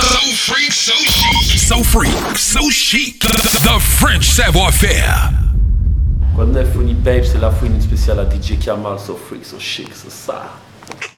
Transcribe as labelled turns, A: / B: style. A: freak, so chic. So freak, so chic. The French savoir faire.
B: Quando é Funny Babe, c'est la fouine spéciale à DJ Kamal, so freak, so chic, so ça.